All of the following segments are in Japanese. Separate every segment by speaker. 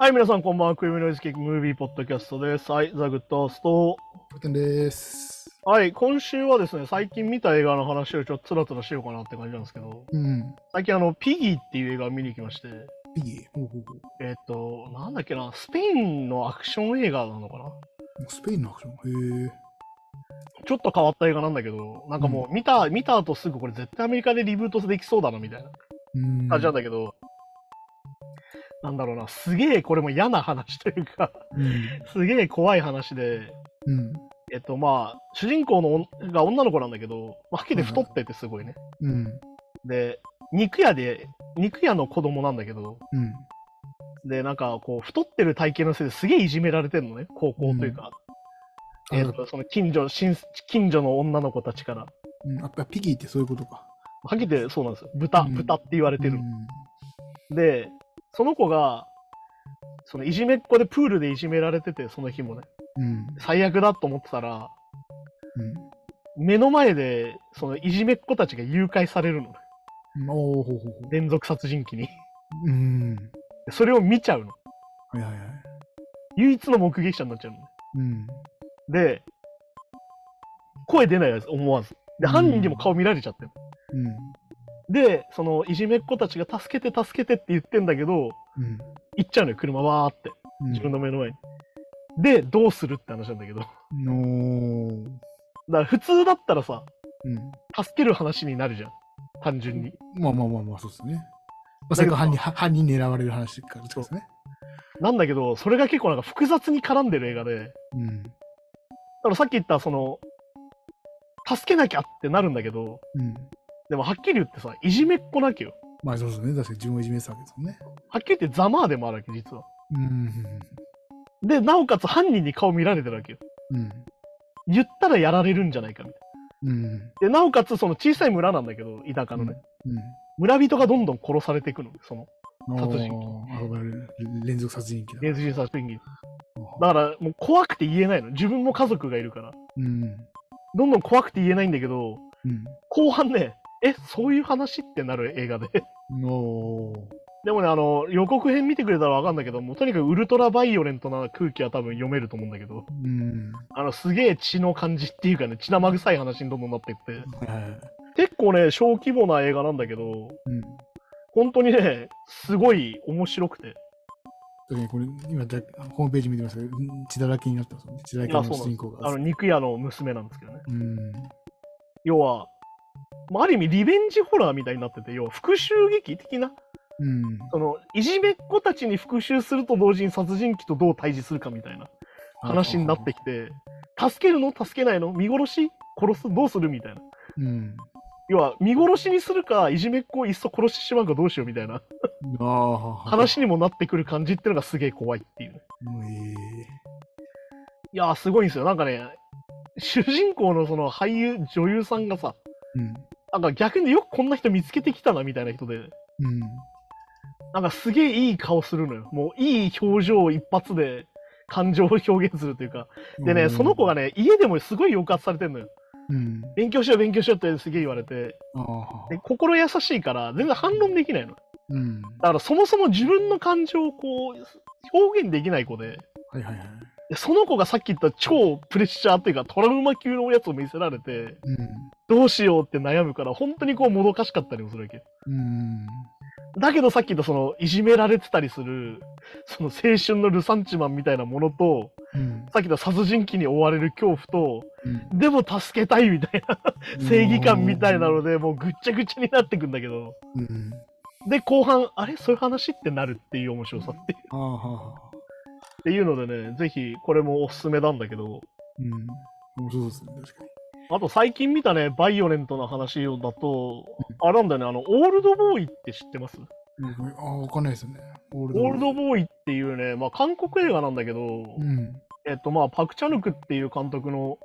Speaker 1: はい、皆さん、こんばんは。クリームノイズキックムービーポッドキャストです。はい、ザ・グッドスト
Speaker 2: ふてんです。
Speaker 1: はい、今週はですね、最近見た映画の話をちょっとつらつらしようかなって感じなんですけど、
Speaker 2: うん。
Speaker 1: 最近あの、ピギーっていう映画を見に行きまして、
Speaker 2: ピギー。ほうほうほう
Speaker 1: えっ、と、なんだっけな、スペインのアクション映画なのかな
Speaker 2: スペインのアクション。へえ。
Speaker 1: ちょっと変わった映画なんだけど、なんかもう見た、見た後すぐこれ絶対アメリカでリブートできそうだなみたいな
Speaker 2: うん。
Speaker 1: 感じなんだけど、なんだろうな、すげえこれも嫌な話というか、
Speaker 2: うん。
Speaker 1: すげえ怖い話で、
Speaker 2: うん。
Speaker 1: えっとまあ、主人公の女が女の子なんだけど、まあ、はっき
Speaker 2: は
Speaker 1: り
Speaker 2: い
Speaker 1: 太
Speaker 2: はい
Speaker 1: っててすごいね。
Speaker 2: うん。
Speaker 1: で、肉屋で、肉屋の子供なんだけど、
Speaker 2: うん。
Speaker 1: で、なんかこう、太ってる体型のせいですげえいじめられてんのね、高校というか、えっとその近所親近所の女の子たちから。は
Speaker 2: うん、やっぱピギーってそういうことか。
Speaker 1: っきり言ってそうなんですよ。豚、
Speaker 2: うん
Speaker 1: 豚って言われてる
Speaker 2: う。ん。
Speaker 1: で、その子が、そのいじめっ子でプールでいじめられてて、その日もね、
Speaker 2: うん。
Speaker 1: 最悪だと思ってたら、
Speaker 2: うん
Speaker 1: 目の前で、そのいじめっ子たちが誘拐されるのね。
Speaker 2: うん。おおほうほうほう。
Speaker 1: 連続殺人鬼に。
Speaker 2: うん。
Speaker 1: それを見ちゃうの。
Speaker 2: はいはいはい。
Speaker 1: 唯一の目撃者になっちゃうのね。
Speaker 2: うん。
Speaker 1: で、声出ないやつ、思わず。で、
Speaker 2: うん
Speaker 1: 犯人にも顔見られちゃってる。
Speaker 2: うん。
Speaker 1: で、その、いじめっ子たちが助けて、助けてって言ってんだけど、
Speaker 2: うん。
Speaker 1: 行っちゃうのよ、車わーって。
Speaker 2: うん
Speaker 1: 自分の目の前に。で、どうするって話なんだけど。だか
Speaker 2: のー。
Speaker 1: ら、普通だったらさ、
Speaker 2: うん。
Speaker 1: 助ける話になるじゃん。単純に。
Speaker 2: まあまあまあまあ、そうですね。まあ、それが犯人、は犯人狙われる話からですね。
Speaker 1: なんだけど、それが結構なんか複雑に絡んでる映画で、だ
Speaker 2: うん。
Speaker 1: からさっき言った、その、助けなきゃってなるんだけど、
Speaker 2: うん。
Speaker 1: でもはっきり言ってさ、いじめっ子なきゃよ。
Speaker 2: まあそうですね。確かに自分をいじめてたわけですもんね。
Speaker 1: はっきり言ってざまあでもあるわけ、実は。
Speaker 2: うん。
Speaker 1: で、なおかつ犯人に顔見られてるわけよ。
Speaker 2: うん。
Speaker 1: 言ったらやられるんじゃないかみたい
Speaker 2: うん。
Speaker 1: な。で、なおかつその小さい村なんだけど、田舎のね、
Speaker 2: うん。
Speaker 1: 村人がどんどん殺されていくの、その、殺人
Speaker 2: 鬼。あわれる連続殺人鬼だ。
Speaker 1: レーズ人殺人鬼。だからもう怖くて言えないの。自分も家族がいるから。
Speaker 2: うん。
Speaker 1: どんどん怖くて言えないんだけど、
Speaker 2: うん。
Speaker 1: 後半ね、え、そういう話ってなる映画で。
Speaker 2: の
Speaker 1: でもね、あの、予告編見てくれたらわかんだけど、もうとにかくウルトラバイオレントな空気は多分読めると思うんだけど、
Speaker 2: うん。
Speaker 1: あの、すげえ血の感じっていうかね、血生臭い話にどんどんなっていって、
Speaker 2: はい。
Speaker 1: 結構ね、小規模な映画なんだけど、
Speaker 2: うん。
Speaker 1: 本当にね、すごい面白くて。
Speaker 2: 特にこれ、今だ、ホームページ見てますけど、血だらけになってますもんね。血だらけ
Speaker 1: あ
Speaker 2: の
Speaker 1: そうなん
Speaker 2: 主
Speaker 1: です
Speaker 2: 人公が。
Speaker 1: あの、肉屋の娘なんですけどね。
Speaker 2: うん。
Speaker 1: 要は、まあ、ある意味リベンジホラーみたいになってて、要は復讐劇的な、
Speaker 2: うん。
Speaker 1: その、いじめっ子たちに復讐すると同時に殺人鬼とどう対峙するかみたいな話になってきて、助けるの助けないの見殺し殺すどうするみたいな。
Speaker 2: うん。
Speaker 1: 要は、見殺しにするか、いじめっ子をいっそ殺してしまうかどうしようみたいな
Speaker 2: ああ。
Speaker 1: 話にもなってくる感じっていうのがすげえ怖いっていうね。
Speaker 2: もうええ。
Speaker 1: いやー、すごいんですよ。なんかね、主人公のその俳優、女優さんがさ、
Speaker 2: うん。
Speaker 1: なんか逆によくこんな人見つけてきたなみたいな人で、
Speaker 2: うん。
Speaker 1: なんかすげえいい顔するのよ。もういい表情を一発で感情を表現するというか。でね、その子が
Speaker 2: ね。
Speaker 1: ね、家でもすごい抑圧されてるのよ。
Speaker 2: うん。
Speaker 1: 勉強しよう、勉強しようってすげえ言われて、
Speaker 2: ああ。
Speaker 1: で心優しいから全然反論できないの。だ
Speaker 2: うん。
Speaker 1: からそもそも自分の感情をこう、表現できない子で、
Speaker 2: はいはいはい。
Speaker 1: でその子がさっき言った超プレッシャーというかトラウマ級のやつを見せられて、
Speaker 2: う
Speaker 1: どうしようって悩むから、本当にこうもどかしかったりもするわけ。
Speaker 2: ん。うん。
Speaker 1: だけどさっき言ったその、いじめられてたりする、その青春のルサンチマンみたいなものと、
Speaker 2: うん。
Speaker 1: さっき言った殺人鬼に追われる恐怖と、
Speaker 2: うん
Speaker 1: でも助けたいみたいな、正義感みたいなので、もうぐっちゃぐちゃになってくんだけど、
Speaker 2: うん。
Speaker 1: で、後半、あれそういう話ってなるっていう面白さっていう。
Speaker 2: ああ。はあ。
Speaker 1: っていうのでね、ぜひこれもおすすめなんだけど、
Speaker 2: うん。面白そうですね、確かに。
Speaker 1: あと最近見たね、バイオレントな話だと、あれなんだよね、あの、オールドボーイって知ってます
Speaker 2: うんああ、わかんないですよね。オー
Speaker 1: オールドボーイっていうね、まあ韓国映画なんだけど、
Speaker 2: うん。
Speaker 1: えっとまあパク・チャヌクっていう監督の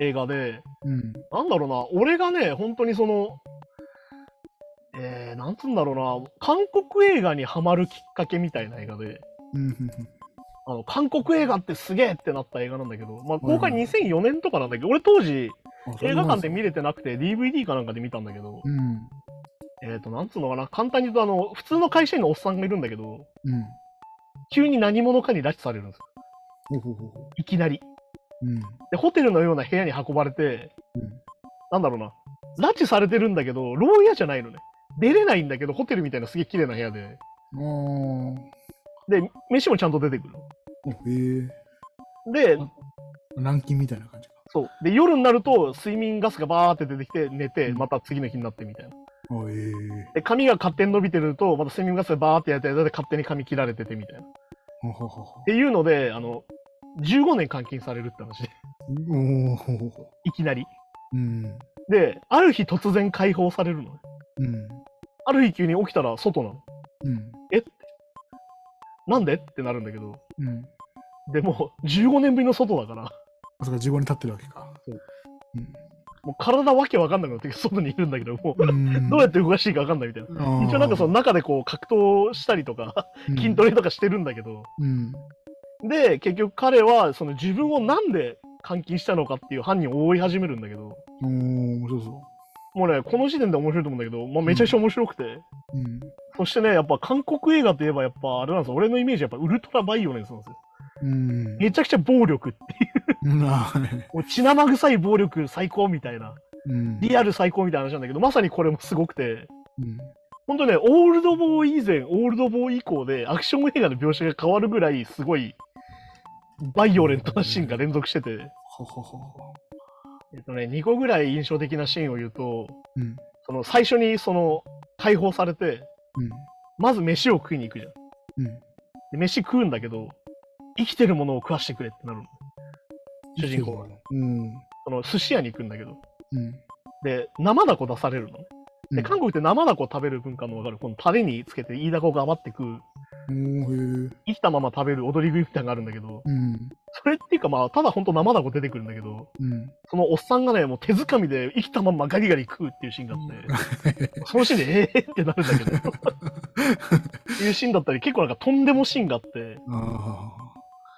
Speaker 1: 映画で、
Speaker 2: うん。
Speaker 1: なんだろうな、俺がね、本当にその、えー、なんつうんだろうな、韓国映画にハマるきっかけみたいな映画で、
Speaker 2: うん。
Speaker 1: あの韓国映画ってすげえってなった映画なんだけど、まあ、公開
Speaker 2: うん
Speaker 1: 2004年とかなんだけど、俺当時映画館で見
Speaker 2: る。
Speaker 1: れてなくて DVD かなんかで見たんだけど、
Speaker 2: うん。
Speaker 1: えっ、と、なんつうのかな、簡単に言うとあの、普通の会社員のおっさんがいるんだけど、
Speaker 2: うん。
Speaker 1: 急に何者かに拉致されるんですよ。
Speaker 2: ほうほうほうほ
Speaker 1: いきなり。
Speaker 2: う。うん。
Speaker 1: で、ホテルのような部屋に運ばれて、
Speaker 2: うん
Speaker 1: なんだろうな、拉致されてるんだけど、牢屋じゃないのね。出れないんだけど、ホテルみたいなすげえ綺麗な部屋で。
Speaker 2: あ
Speaker 1: で、飯もちゃんと出てくる。
Speaker 2: あ。おへえ。
Speaker 1: で、
Speaker 2: 軟禁みたいな感じか。
Speaker 1: そう。で、夜になると、睡眠ガスがバーって出てきて、寝て、
Speaker 2: うん
Speaker 1: また次の日になってみたいな。
Speaker 2: あええ。
Speaker 1: で、髪が勝手に伸びてると、また睡眠ガスがバーってやって、だって勝手に髪切られててみたいな。っ
Speaker 2: ほうほうほうほ
Speaker 1: ていうので、あの、15年監禁されるって話で、
Speaker 2: う。おおほうほうほ
Speaker 1: いきなり。
Speaker 2: う。うん。
Speaker 1: で、ある日突然解放されるのね。
Speaker 2: うん。
Speaker 1: ある日急に起きたら外なの。
Speaker 2: うん。
Speaker 1: なんでってなるんだけど、
Speaker 2: うん。
Speaker 1: でも15年ぶりの外だから、
Speaker 2: あそこ15に立ってるわけか。
Speaker 1: そう
Speaker 2: うん。
Speaker 1: もう体わけわかんなくなってきて外にいるんだけど、もう
Speaker 2: うん
Speaker 1: どうやって動かしていいかわかんないみたいな。一応なんかその中でこう格闘したりとか、筋ト
Speaker 2: レ。
Speaker 1: レとかしてるんだけど、
Speaker 2: うん。
Speaker 1: で、結局彼はその自分をなんで監禁したのかっていう犯人を追い始めるんだけど、
Speaker 2: おお、そうそ
Speaker 1: もうね、この時点で面白いと思うんだけど、まあ、めちゃくちゃ面白くて、
Speaker 2: う。うん。
Speaker 1: そしてね、やっぱ韓国映画といえばやっぱあれなんですよ、俺のイメージやっぱウルトラバイオレンスなんですよ。
Speaker 2: うん。
Speaker 1: めちゃくちゃ暴力っていう
Speaker 2: うんあーね、
Speaker 1: もう血生臭い暴力最高みたいな。
Speaker 2: うん。
Speaker 1: リアル最高みたいな話なんだけど、まさにこれもすごくて、
Speaker 2: うん。
Speaker 1: 本当ね、オールドボーイ以前、オールドボーイ以降で、アクション映画の描写が変わるぐらい、すごい、バイオレントなシーンが連続してて、
Speaker 2: ほほほほ。
Speaker 1: えっとね、2個ぐらい印象的なシーンを言うと、
Speaker 2: うん。
Speaker 1: その最初にその解放されて、
Speaker 2: うん。
Speaker 1: まず飯を食いに行くじゃん。
Speaker 2: うん。
Speaker 1: で飯食うんだけど、生きてるものを食わしてくれってなるの。主人公がね。
Speaker 2: うん。
Speaker 1: その寿司屋に行くんだけど。
Speaker 2: うん。
Speaker 1: で、生だこ出されるのね。
Speaker 2: う
Speaker 1: で、
Speaker 2: ん
Speaker 1: 韓国って生だこ食べる文化のわかる、このタレにつけて、イダコが余って食う、
Speaker 2: おーへえ。
Speaker 1: 生きたまま食べる踊り食いみたいなのがあるんだけど、
Speaker 2: うん。
Speaker 1: それっていうかまあ、ただほんと生だこ出てくるんだけど、
Speaker 2: うん。
Speaker 1: そのおっさんがね、もう手づかみで生きたまんまガリガリ食うっていうシーンがあって、そのシーンで、えーってなるんだけど、っていうシーンだったり、結構なんかとんでもシーンがあって、
Speaker 2: あ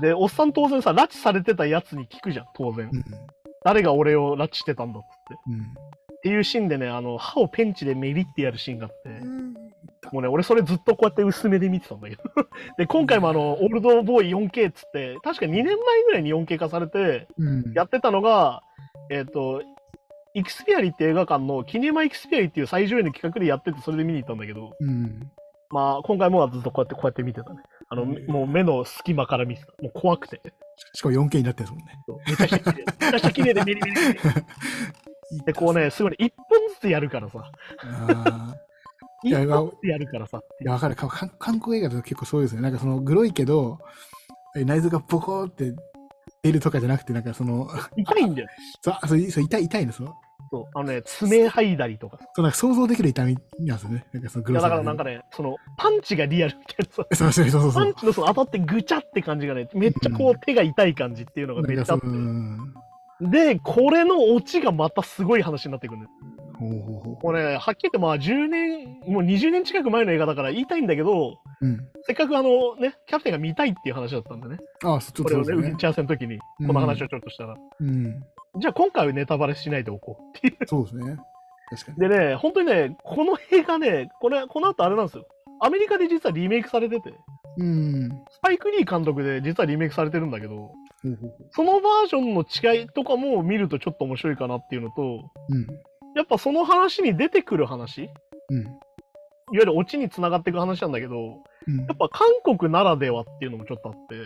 Speaker 1: で、おっさん当然さ、拉致されてたやつに聞くじゃん、当然
Speaker 2: あ。う。ん。
Speaker 1: 誰が俺を拉致してたんだっつって。
Speaker 2: うん。
Speaker 1: っていうシーンでね、あの、歯をペンチでメリってやるシーンがあって、
Speaker 2: うん
Speaker 1: もうね、俺それずっとこうやって薄めで見てたんだけど。で、今回もあの、オールドボーイ 4K っつって、確か2年前ぐらいに 4K 化されて、
Speaker 2: うん。
Speaker 1: やってたのが、えっ、と、イクスピアリって映画館のキネマイクスピアリっていう最上位の企画でやってて、それで見に行ったんだけど、
Speaker 2: うん。
Speaker 1: まあ、今回もはずっとこうやってこうやって見てたね。あの、
Speaker 2: うん
Speaker 1: もう目の隙間から見てた。もう怖くて。
Speaker 2: しかも 4K になってるんです
Speaker 1: そうめちゃくちゃ綺 麗。めちゃくちゃ綺麗でメリメリメリ。
Speaker 2: もんね。
Speaker 1: で、こうね、すごいね、一本ずつやるからさ。
Speaker 2: あー。い
Speaker 1: 一
Speaker 2: や、
Speaker 1: 本
Speaker 2: わ
Speaker 1: ずつやるからさっ
Speaker 2: い
Speaker 1: ていう
Speaker 2: やわかるか韓韓国映画だと結構そうですよね。なんかその、グロいけど、え内臓がボコーって出るとかじゃなくて、なんかその、
Speaker 1: 痛いんだよ。
Speaker 2: そう、そうそう痛い、痛いの、その、
Speaker 1: そう。あのね、爪剥いだりとかさ。
Speaker 2: そうなんか想像できる痛みなんですよね。なんかそのグ
Speaker 1: い
Speaker 2: ロ
Speaker 1: や
Speaker 2: さ
Speaker 1: だ
Speaker 2: が
Speaker 1: か
Speaker 2: ね
Speaker 1: らなんかね、そのパンチがリアルみたいなさ、
Speaker 2: そうそうそうそうそ
Speaker 1: パ
Speaker 2: う
Speaker 1: ン。チのその当たってぐちゃって感じがね、めっちゃこう手が痛い感じっていうのがめっちゃ
Speaker 2: な
Speaker 1: あっ
Speaker 2: んか
Speaker 1: て
Speaker 2: そ、のうん
Speaker 1: で、これのオチがまたすごい話になってくるんだよ。
Speaker 2: ほうほうほ
Speaker 1: これ、ね、はっきり言ってまあ10年、もう20年近く前の映画だから言いたいんだけど、
Speaker 2: う。うん。
Speaker 1: せっかくあのね、キャプテンが見たいっていう話だったんでね、
Speaker 2: ああ、そちょっ
Speaker 1: ことれ
Speaker 2: そうです
Speaker 1: をね、
Speaker 2: よ
Speaker 1: 打
Speaker 2: ね。
Speaker 1: ち合わせの時に、この話をちょっとしたら、
Speaker 2: うん。
Speaker 1: じゃあ今回はネタバレしないでおこうっていう。
Speaker 2: そうですね。確かに。
Speaker 1: でね、本当にね、この映画ね、これ、この後あれなんですよ。アメリカで実はリメイクされてて、
Speaker 2: うん。
Speaker 1: スパイク・リー監督で実はリメイクされてるんだけど、
Speaker 2: ほうほうほ
Speaker 1: そのバージョンの違いとかも見るとちょっと面白いかなっていうのと、
Speaker 2: う。うん。
Speaker 1: やっぱその話に出てくる話、いわ
Speaker 2: うん。
Speaker 1: ゆるオチにつながっていく話なんだけど、
Speaker 2: うん。
Speaker 1: やっぱ韓国ならではっていうのもちょっとあって、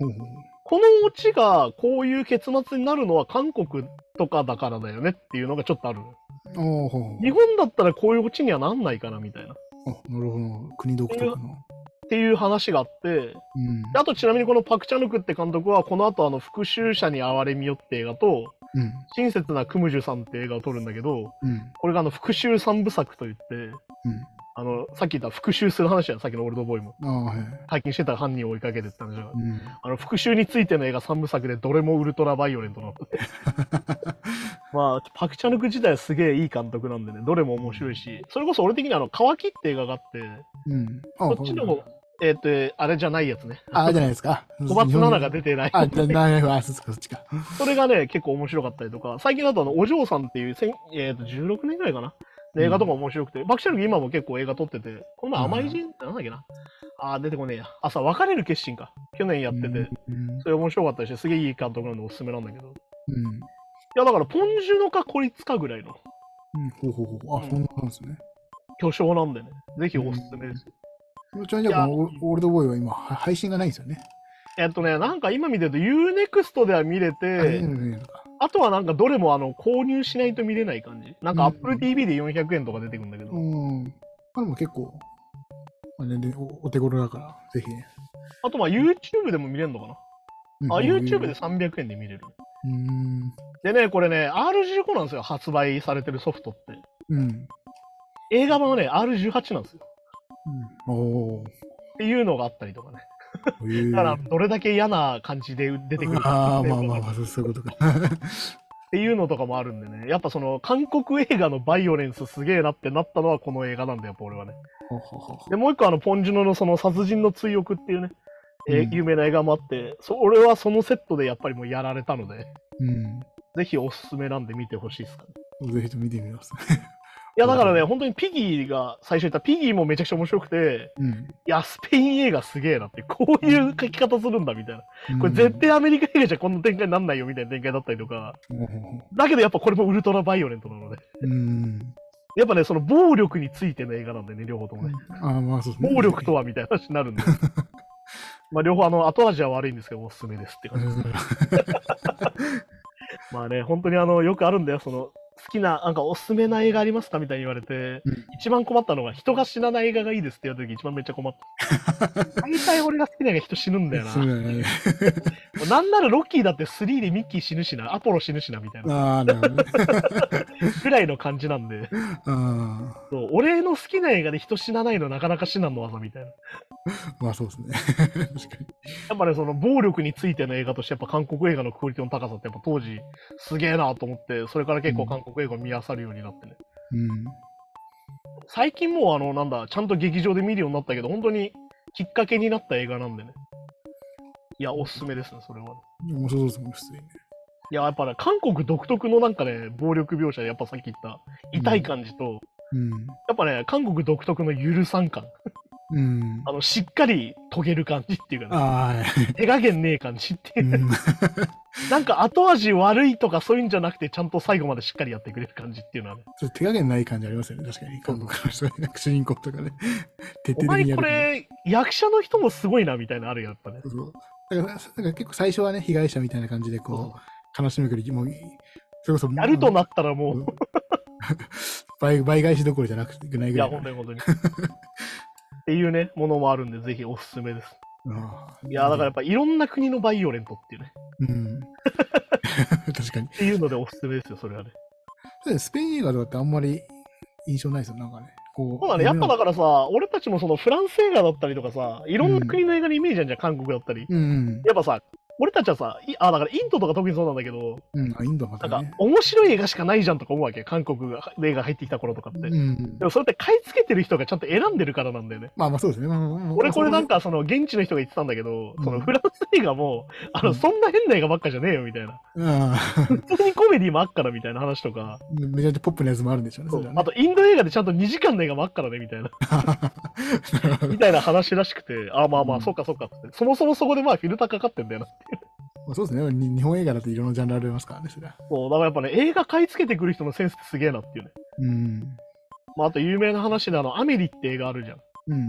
Speaker 2: ほうほう
Speaker 1: このオチがこういう結末になるのは韓国とかだからだよねっていうのがちょっとある。
Speaker 2: ほう。おーほうほう
Speaker 1: 日本だったらこういうオチにはなんないかなみたいな。っ
Speaker 2: あなるほど。国独特の。
Speaker 1: ていう話があって、
Speaker 2: うん。
Speaker 1: であとちなみにこのパク・チャヌクって監督はこの後あの復讐者に哀れみよって映画と、
Speaker 2: うん。
Speaker 1: 親切なクムジュさんって映画を撮るんだけど、
Speaker 2: うん。
Speaker 1: これがあの復讐三部作といって、あの、さっき言った復讐する話やん、さっきのオールドボーイも。
Speaker 2: うん。ああ、はい。
Speaker 1: 最近してた犯人を追いかけてったんじゃ
Speaker 2: う
Speaker 1: ん。
Speaker 2: ん。
Speaker 1: あの、復讐についての映画三部作でどれもウルトラバイオレントな の。まあ、パクチャヌク自体はすげえいい監督なんでね、どれも面白いし、それこそ俺的にあの、乾きって映画があって、
Speaker 2: うん。あ
Speaker 1: こっちのも、えっ、と、あれじゃないやつね。
Speaker 2: ああ、じゃないですか。
Speaker 1: 小松菜奈が出てない。
Speaker 2: あ、じゃないわ、あ、そっちか、そっちか。
Speaker 1: それがね、結構面白かったりとか、最近だとあの、お嬢さんっていう、せんえっ、と、16年ぐらいかな。で映画とか面白くて、バクチャルク今も結構映画撮ってて、この前甘い人、なんだっけな。あー、出てこねえや。あ、さ、別れる決心か。去年やってて、
Speaker 2: うん
Speaker 1: それ面白かったりして、すげえいい監督なんでおすすめなんだけど。い
Speaker 2: うん
Speaker 1: や、だから、ポンジュノか孤立かぐらいの
Speaker 2: うん、ほうほうほう。あ、
Speaker 1: うん
Speaker 2: そんななんですね。
Speaker 1: 巨匠なんでね、ぜひおすすめです。
Speaker 2: ちなみにじゃあこのオールドボーイは今、は配信がないんですよね。
Speaker 1: えっとね、なんか今見てると UNEXT では見れ
Speaker 2: あ見れ
Speaker 1: て、
Speaker 2: ないのか
Speaker 1: あとはなんかどれもあの購入しないと見れない感じ。なんか
Speaker 2: うん
Speaker 1: Apple TV で400円とか出てくるんだけど、
Speaker 2: うん。まあでも結構、まあ、全然おお手頃だから、ぜひね。
Speaker 1: あとまあ YouTube でも見れるのかな。
Speaker 2: うん
Speaker 1: あ、YouTube で。300円で見れる。
Speaker 2: うん。
Speaker 1: でね、これね、R15 なんですよ、発売されてるソフトって。
Speaker 2: うん。
Speaker 1: 映画版はね、R18 なんですよ。
Speaker 2: うん、 おー。
Speaker 1: っていうのがあったりとかね。
Speaker 2: えー
Speaker 1: だから、どれだけ嫌な感じで出てくる
Speaker 2: あ
Speaker 1: か
Speaker 2: あ、
Speaker 1: っていう
Speaker 2: ま
Speaker 1: の
Speaker 2: あま
Speaker 1: が
Speaker 2: あまあ、そうそういう ことか。
Speaker 1: っていうのとかもあるんでね。やっぱその、韓国映画のバイオレンスすげえなってなったのはこの映画なんだよ、やっぱ俺はね。
Speaker 2: ほうほうほうほ
Speaker 1: で、もう一個あの、ポンジュノのその殺人の追憶っていうね、えー
Speaker 2: うん
Speaker 1: 有名な映画もあって、そ俺はそのセットでやっぱりもうやられたので、
Speaker 2: ううん。
Speaker 1: ぜひおすすめなんで見てほしいですかね。
Speaker 2: ぜひとも見てみます。
Speaker 1: いや、だからね、
Speaker 2: う
Speaker 1: 本当にピギーが最初言った、ピギーもめちゃくちゃ面白くて、
Speaker 2: うん。
Speaker 1: いや、スペイン映画すげえなって、こういう書き方するんだみたいな。これ絶対アメリカ映画じゃこんな展開になんないよみたいな展開だったりとか、
Speaker 2: うん。ほうほうほ
Speaker 1: だけどやっぱこれもウルトラバイオレントなので、
Speaker 2: ううん。
Speaker 1: やっぱね、その暴力についての映画なんでね、両方ともね。
Speaker 2: ああ、まあそうですね。
Speaker 1: 暴力とはみたいな話になるんで。 まあ両方あの後味は悪いんですけど、おすすめですって
Speaker 2: う
Speaker 1: 感じ。
Speaker 2: ん。
Speaker 1: まあね、本当にあの、よくあるんだよ、その、好きな、なんかおすすめな映画ありますかみたいに言われて、
Speaker 2: うん
Speaker 1: 一番困ったのが、人が死なない映画がいいですって言われた時一番めっちゃ困った。大体俺が好きな映画人死ぬんだ よな。
Speaker 2: そうだね。
Speaker 1: もうなんならロッキーだって3でミッキー死ぬしな、アポロ死ぬしなみたいな
Speaker 2: ああ、なるほどね。
Speaker 1: ぐらいの感じなんで、
Speaker 2: あ
Speaker 1: そう俺の好きな映画で人死なないのなかなか至難の技みたいな。
Speaker 2: あ、まあそうですね。 確かに。
Speaker 1: やっぱね、その暴力についての映画として、やっぱ韓国映画のクオリティの高さって、やっぱ当時、すげえなと思って、それから結構韓国映画を見漁るようになってね。
Speaker 2: うん。
Speaker 1: 最近もう、あの、なんだ、ちゃんと劇場で見るようになったけど、本当にきっかけになった映画なんでね。いや、おすすめですね、それは、
Speaker 2: 面白そうですもん、普通にね。
Speaker 1: いや、やっぱね、韓国独特のなんかね、暴力描写で、やっぱさっき言った、痛い感じと、やっぱね、韓国独特のゆるさん感。
Speaker 2: うん。うん。
Speaker 1: あの、しっかり遂げる感じっていうかね、
Speaker 2: ああ、
Speaker 1: 手加減ねえ感じっ
Speaker 2: う
Speaker 1: ていう。
Speaker 2: ん。
Speaker 1: なんか後味悪いとかそういうんじゃなくて、ちゃんと最後までしっかりやってくれる感じっていう のはね。
Speaker 2: ちょっと手加減ない感じありますよね、確かに。韓国の人は、主人公とかね。徹底
Speaker 1: お
Speaker 2: 的にや
Speaker 1: 前
Speaker 2: る
Speaker 1: こ
Speaker 2: とね。
Speaker 1: れ、役者の人もすごいなみたいなのあるよ、やっぱね。
Speaker 2: そうそうだから、だから結構最初はね、被害者みたいな感じで、こう、悲しむけど、もう、それこそ、
Speaker 1: やると
Speaker 2: もう
Speaker 1: なったらもう、
Speaker 2: 倍倍返しどころじゃなくてぐらい
Speaker 1: い
Speaker 2: ぐら
Speaker 1: や、
Speaker 2: いの。
Speaker 1: 本当に本当に。っていうね、ものもあるんで、ぜひおすすめです。
Speaker 2: ああ
Speaker 1: いや、だからやっ、ぱいろんな国のバイオレントっていうね。
Speaker 2: うん。 確かに。
Speaker 1: っていうのでおすすめですよ、それはね。
Speaker 2: そうだねスペイン映画とかってあんまり印象ないですよ、なんかね。こう。
Speaker 1: そうだね、やっぱだからさ、俺たちもそのフランス映画だったりとかさ、いろんな国の映画のイメージあるじゃん、韓国だったり。
Speaker 2: うん。
Speaker 1: やっぱさ、俺たちはさ、いあだからインドとか特にそうなんだけど、
Speaker 2: うん。あ、インドはま
Speaker 1: なん
Speaker 2: た
Speaker 1: か
Speaker 2: ね。
Speaker 1: 面白い映画しかないじゃんとか思うわけ、韓国が映画入ってきた頃とかって。
Speaker 2: う
Speaker 1: で
Speaker 2: ん。
Speaker 1: もそれって買い付けてる人がちゃんと選んでるからなんだよね。
Speaker 2: まあまあそうですね。まあまあまあ
Speaker 1: 俺これなん、かその現地の人が言ってたんだけど、
Speaker 2: うん
Speaker 1: そのフランス映画も、あ
Speaker 2: う
Speaker 1: の
Speaker 2: ん
Speaker 1: そんな変な映画ばっかじゃねえよみたいな。
Speaker 2: うん。
Speaker 1: 普通にコメディもあっからみたいな話とか、
Speaker 2: めちゃめちゃポップなやつもあるんでしょうね。れはね
Speaker 1: あとインド映画でちゃんと2時間の映画もあっからねみ たいな、
Speaker 2: なるほど
Speaker 1: みたいな話らしくて、ああまあま
Speaker 2: う
Speaker 1: あ、
Speaker 2: ん
Speaker 1: そうかそうかって。そもそもそこでまあフィルターかかってんだよな。
Speaker 2: まあそうですね。に日本映画だといろんなジャンルありますからね、それは。
Speaker 1: そう、だからやっぱね、映画買い付けてくる人のセンスってすげえなっていうね。
Speaker 2: うん。
Speaker 1: まああと有名な話であの、アメリって映画あるじゃん。
Speaker 2: うん。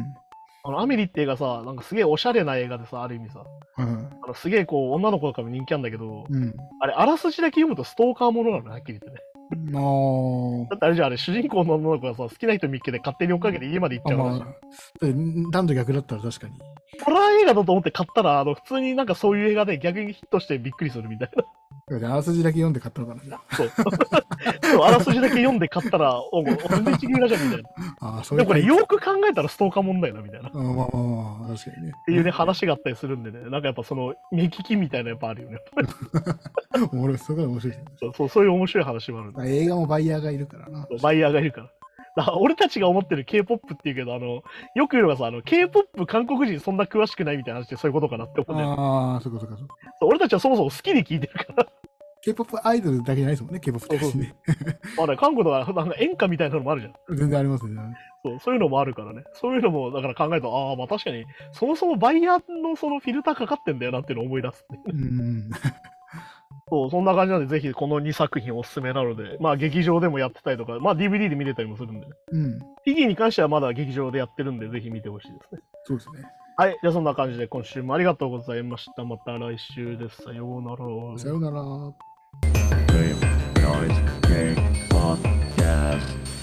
Speaker 1: あのアメリって映画さ、なんかすげえおしゃれな映画でさ、ある意味さ、
Speaker 2: うん。
Speaker 1: あのすげえこう女の子とかも人気なんだけど、
Speaker 2: うん。
Speaker 1: あれ、あらすじだけ読むとストーカーものなのね、はっきり言ってね。
Speaker 2: あー
Speaker 1: だってあれじゃんあれ、主人公の女の子がさ、好きな人見っけて勝手に追っかけて家まで行っち
Speaker 2: あ、
Speaker 1: ゃう
Speaker 2: ま
Speaker 1: 話
Speaker 2: あ、だって男女逆だったら確かに。
Speaker 1: ホラー映画だと思って買ったら、あの、普通になんかそういう映画で逆にヒットしてびっくりするみたいな。
Speaker 2: だからあらすじだけ読んで買ったのかなじゃ
Speaker 1: そう。 そうあらすじだけ読んで買ったら、おお、全然違う映画じゃんみたいな。
Speaker 2: あ。あーそうい
Speaker 1: で
Speaker 2: う
Speaker 1: もこれ、
Speaker 2: 感じ
Speaker 1: よく考えたらストーカー問題だみたいな。っ
Speaker 2: うんまあまあまあまあ、確かにね。
Speaker 1: ていうね、話があったりするんでね、なんかやっぱその、目利きみたいなやっぱあるよね。
Speaker 2: おもろい、そこ が面白いですね。
Speaker 1: そうそう、そういう面白い話もあるんで。
Speaker 2: 映画もバイヤーがいるからな。
Speaker 1: バイヤーがいるから。だから俺たちが思ってる K-POP っていうけど、あの、よく言うのがさ、あの、K-POP 韓国人そんな詳しくないみたいな話ってそういうことかなって思うんだよね
Speaker 2: ああ、そこそこそこ。
Speaker 1: そう俺たちはそもそも好きで聞いてるから。
Speaker 2: K-POP アイドルだけじゃないですもんね、K-POP って別にね。
Speaker 1: まあね、韓国はなんか演歌みたいなのもあるじゃん。
Speaker 2: 全然ありますね。
Speaker 1: そうそういうのもあるからね。そういうのも、だから考えると、ああ、まあ確かに、そもそもバイヤーのそのフィルターかかってんだよなっていうのを思い出すっていう。
Speaker 2: うん。
Speaker 1: そう、そんな感じなんで、ぜひこの2作品おすすめなので、まあ劇場でもやってたりとか、まあ DVD で見れたりもするんで、ね、
Speaker 2: うん。
Speaker 1: フィギーに関してはまだ劇場でやってるんで、ぜひ見てほしいですね。
Speaker 2: そうですね。
Speaker 1: はい、じゃあそんな感じで今週もありがとうございました。また来週です。さようなら。
Speaker 2: さようなら。
Speaker 3: Game Noise Game Podcast.